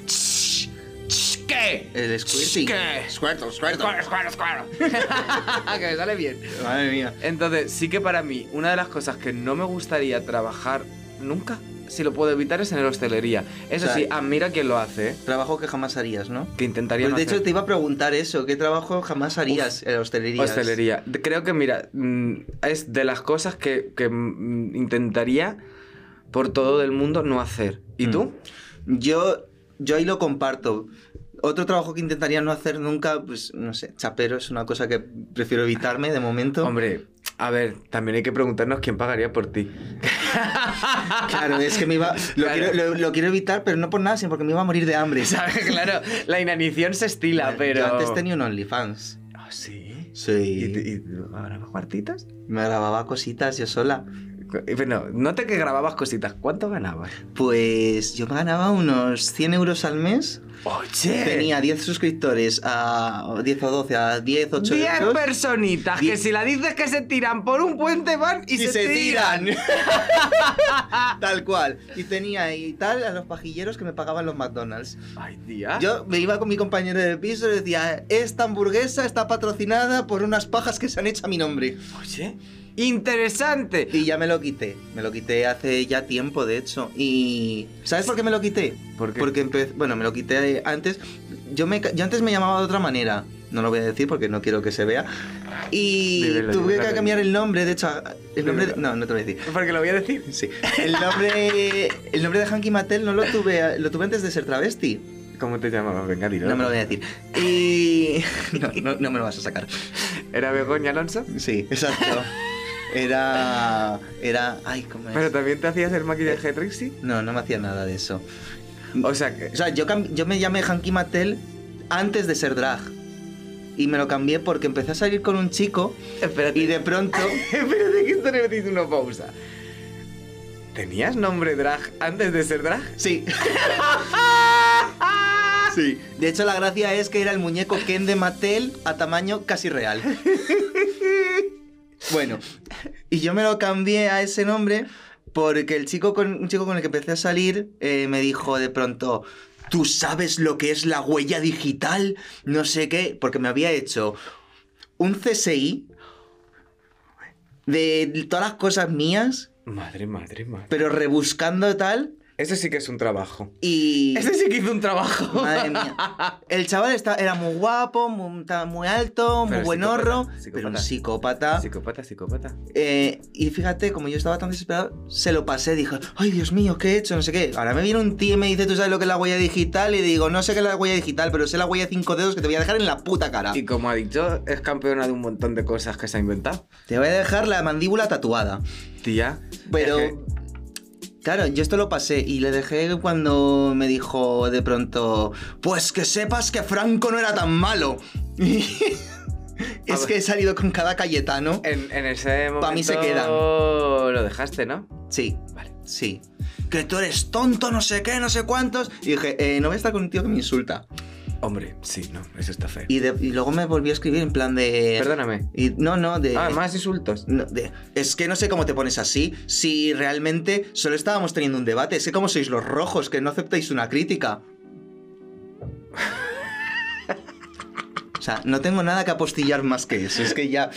Speaker 2: ¿Qué?
Speaker 1: El Squirty.
Speaker 2: ¿Qué?
Speaker 1: Squirtle, Squirtle.
Speaker 2: Square, square, square. que me sale bien.
Speaker 1: Madre mía.
Speaker 2: Entonces, sí que para mí, una de las cosas que no me gustaría trabajar nunca, si lo puedo evitar, es en la hostelería. Eso
Speaker 1: O sea,
Speaker 2: sí, admira quien lo hace, ¿eh?
Speaker 1: Trabajo que jamás harías, ¿no?
Speaker 2: que intentaría
Speaker 1: Pues
Speaker 2: no
Speaker 1: de hecho
Speaker 2: hacer.
Speaker 1: te iba a preguntar eso, ¿qué trabajo jamás harías en la hostelería?
Speaker 2: Hostelería. De- Creo que, mira, mm, es de las cosas que, que, mm, intentaría por todo el mundo no hacer. ¿Y
Speaker 1: Mm.
Speaker 2: tú?
Speaker 1: Yo, yo ahí lo comparto. Otro trabajo que intentaría no hacer nunca, pues no sé, chapero es una cosa que prefiero evitarme de momento.
Speaker 2: Hombre, a ver, también hay que preguntarnos quién pagaría por ti.
Speaker 1: Claro, es que me iba. Lo,
Speaker 2: Claro.
Speaker 1: quiero, lo- lo quiero evitar, pero no por nada, sino porque me iba a morir de hambre.
Speaker 2: ¿Sabes? Claro, la inanición se estila, pero...
Speaker 1: Yo antes tenía un OnlyFans.
Speaker 2: Ah, sí. ¿Y,
Speaker 1: Sí.
Speaker 2: y, grababas cuartitas?
Speaker 1: Me grababa cositas yo sola.
Speaker 2: Pero no, no te que grababas cositas, ¿cuánto ganabas?
Speaker 1: Pues yo me ganaba unos 100 euros al mes.
Speaker 2: ¡Oye!
Speaker 1: Tenía 10 suscriptores a 10 o 12, a 10, 8
Speaker 2: 10
Speaker 1: euros.
Speaker 2: personitas que
Speaker 1: Diez.
Speaker 2: si la dices que se tiran por un puente van y,
Speaker 1: y, se, tiran. tal cual. Y tenía ahí tal a los pajilleros que me pagaban los McDonald's.
Speaker 2: Ay, tía.
Speaker 1: Yo me iba con mi compañero de piso y le decía, esta hamburguesa está patrocinada por unas pajas que se han hecho a mi nombre.
Speaker 2: Oye, interesante.
Speaker 1: Y ya me lo quité. Me lo quité hace ya tiempo, de hecho. Y ¿sabes por qué me lo quité?
Speaker 2: ¿Por qué?
Speaker 1: Porque empe- bueno, me lo quité antes. Yo me ca- yo antes me llamaba de otra manera. No lo voy a decir porque no quiero que se vea. Y
Speaker 2: Dímelo,
Speaker 1: tuve que
Speaker 2: dímelo.
Speaker 1: cambiar el nombre, de hecho, el nombre de-
Speaker 2: Dímelo.
Speaker 1: no, no te lo voy a decir.
Speaker 2: Porque lo voy a decir.
Speaker 1: Sí. El nombre, el nombre de Hanky Mattel no lo tuve, lo tuve antes de ser travesti.
Speaker 2: ¿Cómo te llamabas? Venga, dilo.
Speaker 1: No me lo voy a decir. Y no, no, no me lo vas a sacar.
Speaker 2: ¿Era Begoña Alonso?
Speaker 1: Sí, exacto. Era, era, ay, cómo es. Eh,
Speaker 2: Pero también te hacías el maquillaje Trixie.
Speaker 1: No, no me hacía nada de eso.
Speaker 2: O sea que.
Speaker 1: O sea, yo, cam- yo me llamé Hanky Mattel antes de ser drag. Y me lo cambié porque empecé a salir con un chico
Speaker 2: Espérate.
Speaker 1: y de pronto
Speaker 2: Espérate que esto necesito una pausa. ¿Tenías nombre drag antes de ser drag?
Speaker 1: Sí. sí. De hecho, la gracia es que era el muñeco Ken de Mattel a tamaño casi real. Bueno, y yo me lo cambié a ese nombre porque el chico con, un chico con el que empecé a salir eh, me dijo de pronto, ¿tú sabes lo que es la huella digital? No sé qué, porque me había hecho un CSI de todas las cosas mías,
Speaker 2: Madre, madre, madre.
Speaker 1: pero rebuscando tal
Speaker 2: Eso sí que es un trabajo.
Speaker 1: y...
Speaker 2: Ese sí que hizo un trabajo.
Speaker 1: Madre mía. El chaval está, era muy guapo, muy, estaba muy alto, muy
Speaker 2: Pero
Speaker 1: buen
Speaker 2: psicópata,
Speaker 1: horro,
Speaker 2: psicópata.
Speaker 1: pero un psicópata.
Speaker 2: Psicópata, psicópata.
Speaker 1: Eh, y fíjate, como yo estaba tan desesperado, se lo pasé. Dije, ay, Dios mío, ¿qué he hecho? No sé qué. Ahora me viene un tío y me dice, ¿tú sabes lo que es la huella digital? Y digo, no sé qué es la huella digital, pero sé la huella de cinco dedos que te voy a dejar en la puta cara.
Speaker 2: Y como ha dicho, es campeona de un montón de cosas que se ha inventado.
Speaker 1: Te voy a dejar la mandíbula tatuada.
Speaker 2: Tía.
Speaker 1: Pero.
Speaker 2: es que-
Speaker 1: Claro, yo esto lo pasé y le dejé cuando me dijo de pronto, pues que sepas que Franco no era tan malo.
Speaker 2: A
Speaker 1: es
Speaker 2: ver.
Speaker 1: que he salido con cada Cayetano.
Speaker 2: En, en ese momento.
Speaker 1: Pa' mí se queda.
Speaker 2: Lo dejaste, ¿no?
Speaker 1: Sí,
Speaker 2: Vale.
Speaker 1: sí. que tú eres tonto, no sé qué, no sé cuántos. Y dije, eh, no voy a estar con un tío que me insulta.
Speaker 2: Hombre, sí, no, eso está feo.
Speaker 1: Y, de- y luego me volvió a escribir en plan de...
Speaker 2: Perdóname.
Speaker 1: Y, no, no, de...
Speaker 2: Ah, más insultos.
Speaker 1: no, de- es que no sé cómo te pones así, si realmente solo estábamos teniendo un debate. Es que como sois los rojos, que no aceptáis una crítica. O sea, no tengo nada que apostillar más que eso. Es que ya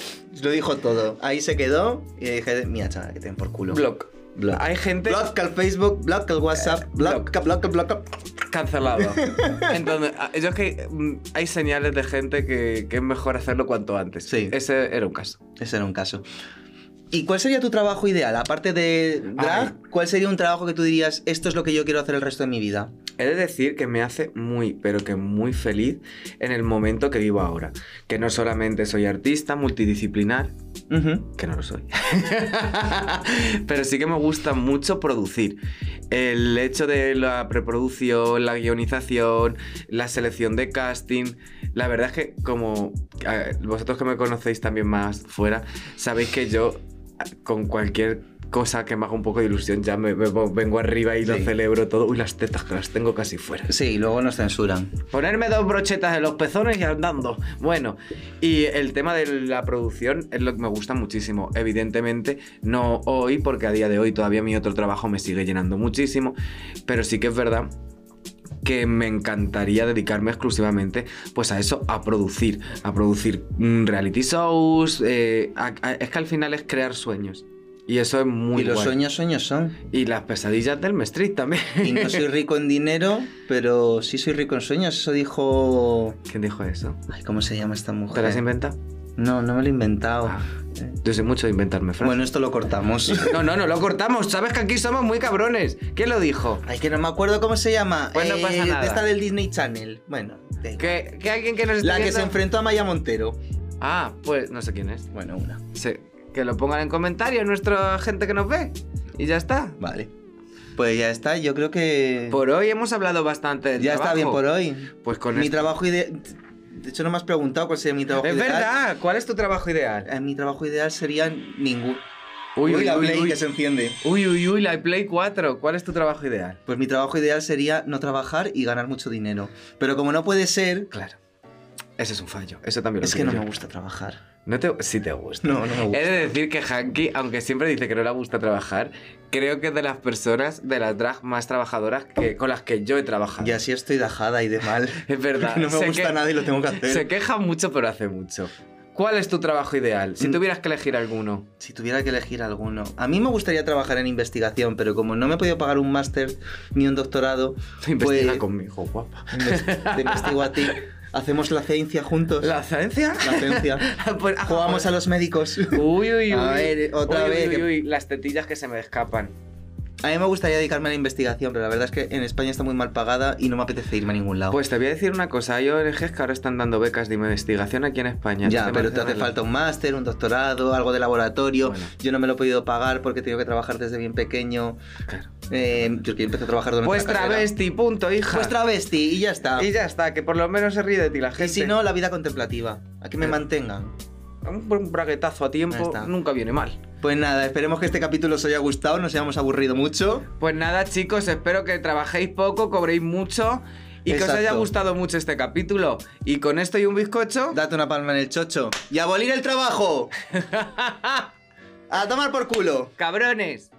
Speaker 1: lo dijo todo. Ahí se quedó y dije, mira, chaval, que te den por culo.
Speaker 2: Block.
Speaker 1: Block.
Speaker 2: Hay gente Eh,
Speaker 1: Block al Facebook, block al WhatsApp, block, block, block, block.
Speaker 2: cancelado. Entonces, a- yo es que mm, hay señales de gente que, que es mejor hacerlo cuanto antes.
Speaker 1: Sí.
Speaker 2: Ese era un caso.
Speaker 1: Ese era un caso. ¿Y cuál sería tu trabajo ideal? Aparte de drag, ¿cuál sería un trabajo que tú dirías, esto es lo que yo quiero hacer el resto de mi vida?
Speaker 2: He de decir que me hace muy, pero que muy feliz en el momento que vivo ahora. Que no solamente soy artista multidisciplinar,
Speaker 1: Ujú.
Speaker 2: que no lo soy. Pero sí que me gusta mucho producir. El hecho de la preproducción, la guionización, la selección de casting. La verdad es que como eh, vosotros que me conocéis también más fuera, sabéis que yo eh, con cualquier cosa que me haga un poco de ilusión ya me, me- vengo arriba y lo
Speaker 1: Sí.
Speaker 2: celebro todo. Uy, las tetas que las tengo casi fuera.
Speaker 1: Sí, luego nos censuran.
Speaker 2: Ponerme dos brochetas en los pezones y andando. Bueno, y el tema de la producción es lo que me gusta muchísimo. Evidentemente, no hoy, porque a día de hoy todavía mi otro trabajo me sigue llenando muchísimo, pero sí que es verdad que me encantaría dedicarme exclusivamente pues a eso, a producir, a producir mm, reality shows, eh, a- a- es que al final es crear sueños. Y eso es muy
Speaker 1: y los
Speaker 2: guay.
Speaker 1: sueños, sueños son.
Speaker 2: Y las pesadillas del Street también.
Speaker 1: Y no soy rico en dinero, pero sí soy rico en sueños. Eso dijo.
Speaker 2: ¿Quién dijo eso?
Speaker 1: Ay, ¿cómo se llama esta
Speaker 2: ¿Te
Speaker 1: mujer?
Speaker 2: las has inventado?
Speaker 1: No, no me lo he inventado.
Speaker 2: Ah, Yo sé mucho de inventarme frases.
Speaker 1: Bueno, esto lo cortamos.
Speaker 2: No, no, no lo cortamos. Sabes que aquí somos muy cabrones. ¿Quién lo dijo?
Speaker 1: Ay, que no me acuerdo cómo se llama.
Speaker 2: Pues no
Speaker 1: Eh,
Speaker 2: pasa nada.
Speaker 1: de Esta del Disney Channel. Bueno, da igual.
Speaker 2: Que, que alguien que nos está
Speaker 1: la que se
Speaker 2: viendo-
Speaker 1: enfrentó a Maya Montero.
Speaker 2: Ah, pues no sé quién es.
Speaker 1: Bueno, una.
Speaker 2: Se- Que lo pongan en comentarios nuestra gente que nos ve. Y ya está.
Speaker 1: Vale. Pues ya está, yo creo que.
Speaker 2: Por hoy hemos hablado bastante del
Speaker 1: ya está
Speaker 2: trabajo.
Speaker 1: bien por hoy.
Speaker 2: Pues con
Speaker 1: mi
Speaker 2: esto-
Speaker 1: trabajo ideal. De hecho, no me has preguntado cuál sería mi trabajo
Speaker 2: Es
Speaker 1: ideal.
Speaker 2: verdad. ¿Cuál es tu trabajo ideal?
Speaker 1: Eh, mi trabajo ideal sería ningún. Uy, la Play
Speaker 2: uy.
Speaker 1: que se enciende.
Speaker 2: Uy, uy, uy, la Play 4. ¿Cuál es tu trabajo ideal?
Speaker 1: Pues mi trabajo ideal sería no trabajar y ganar mucho dinero. Pero como no puede ser,
Speaker 2: Claro. Ese es un fallo. Eso también lo
Speaker 1: es que no
Speaker 2: quiero
Speaker 1: me
Speaker 2: yo.
Speaker 1: gusta trabajar.
Speaker 2: No te... Sí te gusta.
Speaker 1: No, no me
Speaker 2: He
Speaker 1: gusta.
Speaker 2: de decir que Hanky, aunque siempre dice que no le gusta trabajar, creo que es de las personas, de las drag más trabajadoras que, con las que yo he trabajado.
Speaker 1: Y así estoy dajada y de mal.
Speaker 2: Es verdad.
Speaker 1: No me
Speaker 2: se
Speaker 1: gusta
Speaker 2: que-
Speaker 1: nada y lo tengo que hacer.
Speaker 2: Se queja mucho, pero hace mucho. ¿Cuál es tu trabajo ideal? Si
Speaker 1: Mm.
Speaker 2: tuvieras que elegir alguno.
Speaker 1: Si tuviera que elegir alguno. A mí me gustaría trabajar en investigación, pero como no me he podido pagar un máster ni un doctorado,
Speaker 2: Investiga
Speaker 1: pues
Speaker 2: conmigo, guapa.
Speaker 1: inves- te investigo a ti. Hacemos la ciencia juntos.
Speaker 2: ¿La ciencia?
Speaker 1: La ciencia.
Speaker 2: Pues, ah,
Speaker 1: Jugamos a los médicos.
Speaker 2: Uy, uy, uy.
Speaker 1: A ver, otra
Speaker 2: Uy,
Speaker 1: vez
Speaker 2: uy,
Speaker 1: que-
Speaker 2: uy, las tetillas que se me escapan.
Speaker 1: A mí me gustaría dedicarme a la investigación, pero la verdad es que en España está muy mal pagada y no me apetece irme a ningún lado.
Speaker 2: Pues te voy a decir una cosa. Hay ONGs que ahora están dando becas de investigación aquí en España. Este
Speaker 1: Ya,
Speaker 2: ¿No
Speaker 1: pero te
Speaker 2: parece
Speaker 1: hace
Speaker 2: mal?
Speaker 1: falta un máster, un doctorado, algo de laboratorio.
Speaker 2: Bueno.
Speaker 1: Yo no me lo he podido pagar porque he tenido que trabajar desde bien pequeño.
Speaker 2: Claro.
Speaker 1: Eh, yo que empecé a trabajar durante
Speaker 2: Pues
Speaker 1: la carrera.
Speaker 2: travesti, punto, hija.
Speaker 1: Pues travesti, y ya está.
Speaker 2: Y
Speaker 1: Y,
Speaker 2: ya está, que por lo menos se ríe de ti la gente.
Speaker 1: si no, la vida contemplativa. A que me
Speaker 2: Eh.
Speaker 1: mantengan.
Speaker 2: un, un braguetazo a
Speaker 1: Ahí
Speaker 2: tiempo
Speaker 1: está.
Speaker 2: nunca viene mal.
Speaker 1: Pues nada, esperemos que este capítulo os haya gustado, nos hayamos aburrido mucho.
Speaker 2: Pues nada, chicos, espero que trabajéis poco, cobréis mucho y que os haya
Speaker 1: Exacto.
Speaker 2: gustado mucho este capítulo. Y con esto y un bizcocho.
Speaker 1: Date una palma en el chocho. ¡Y abolir el trabajo! ¡A tomar por culo!
Speaker 2: ¡Cabrones!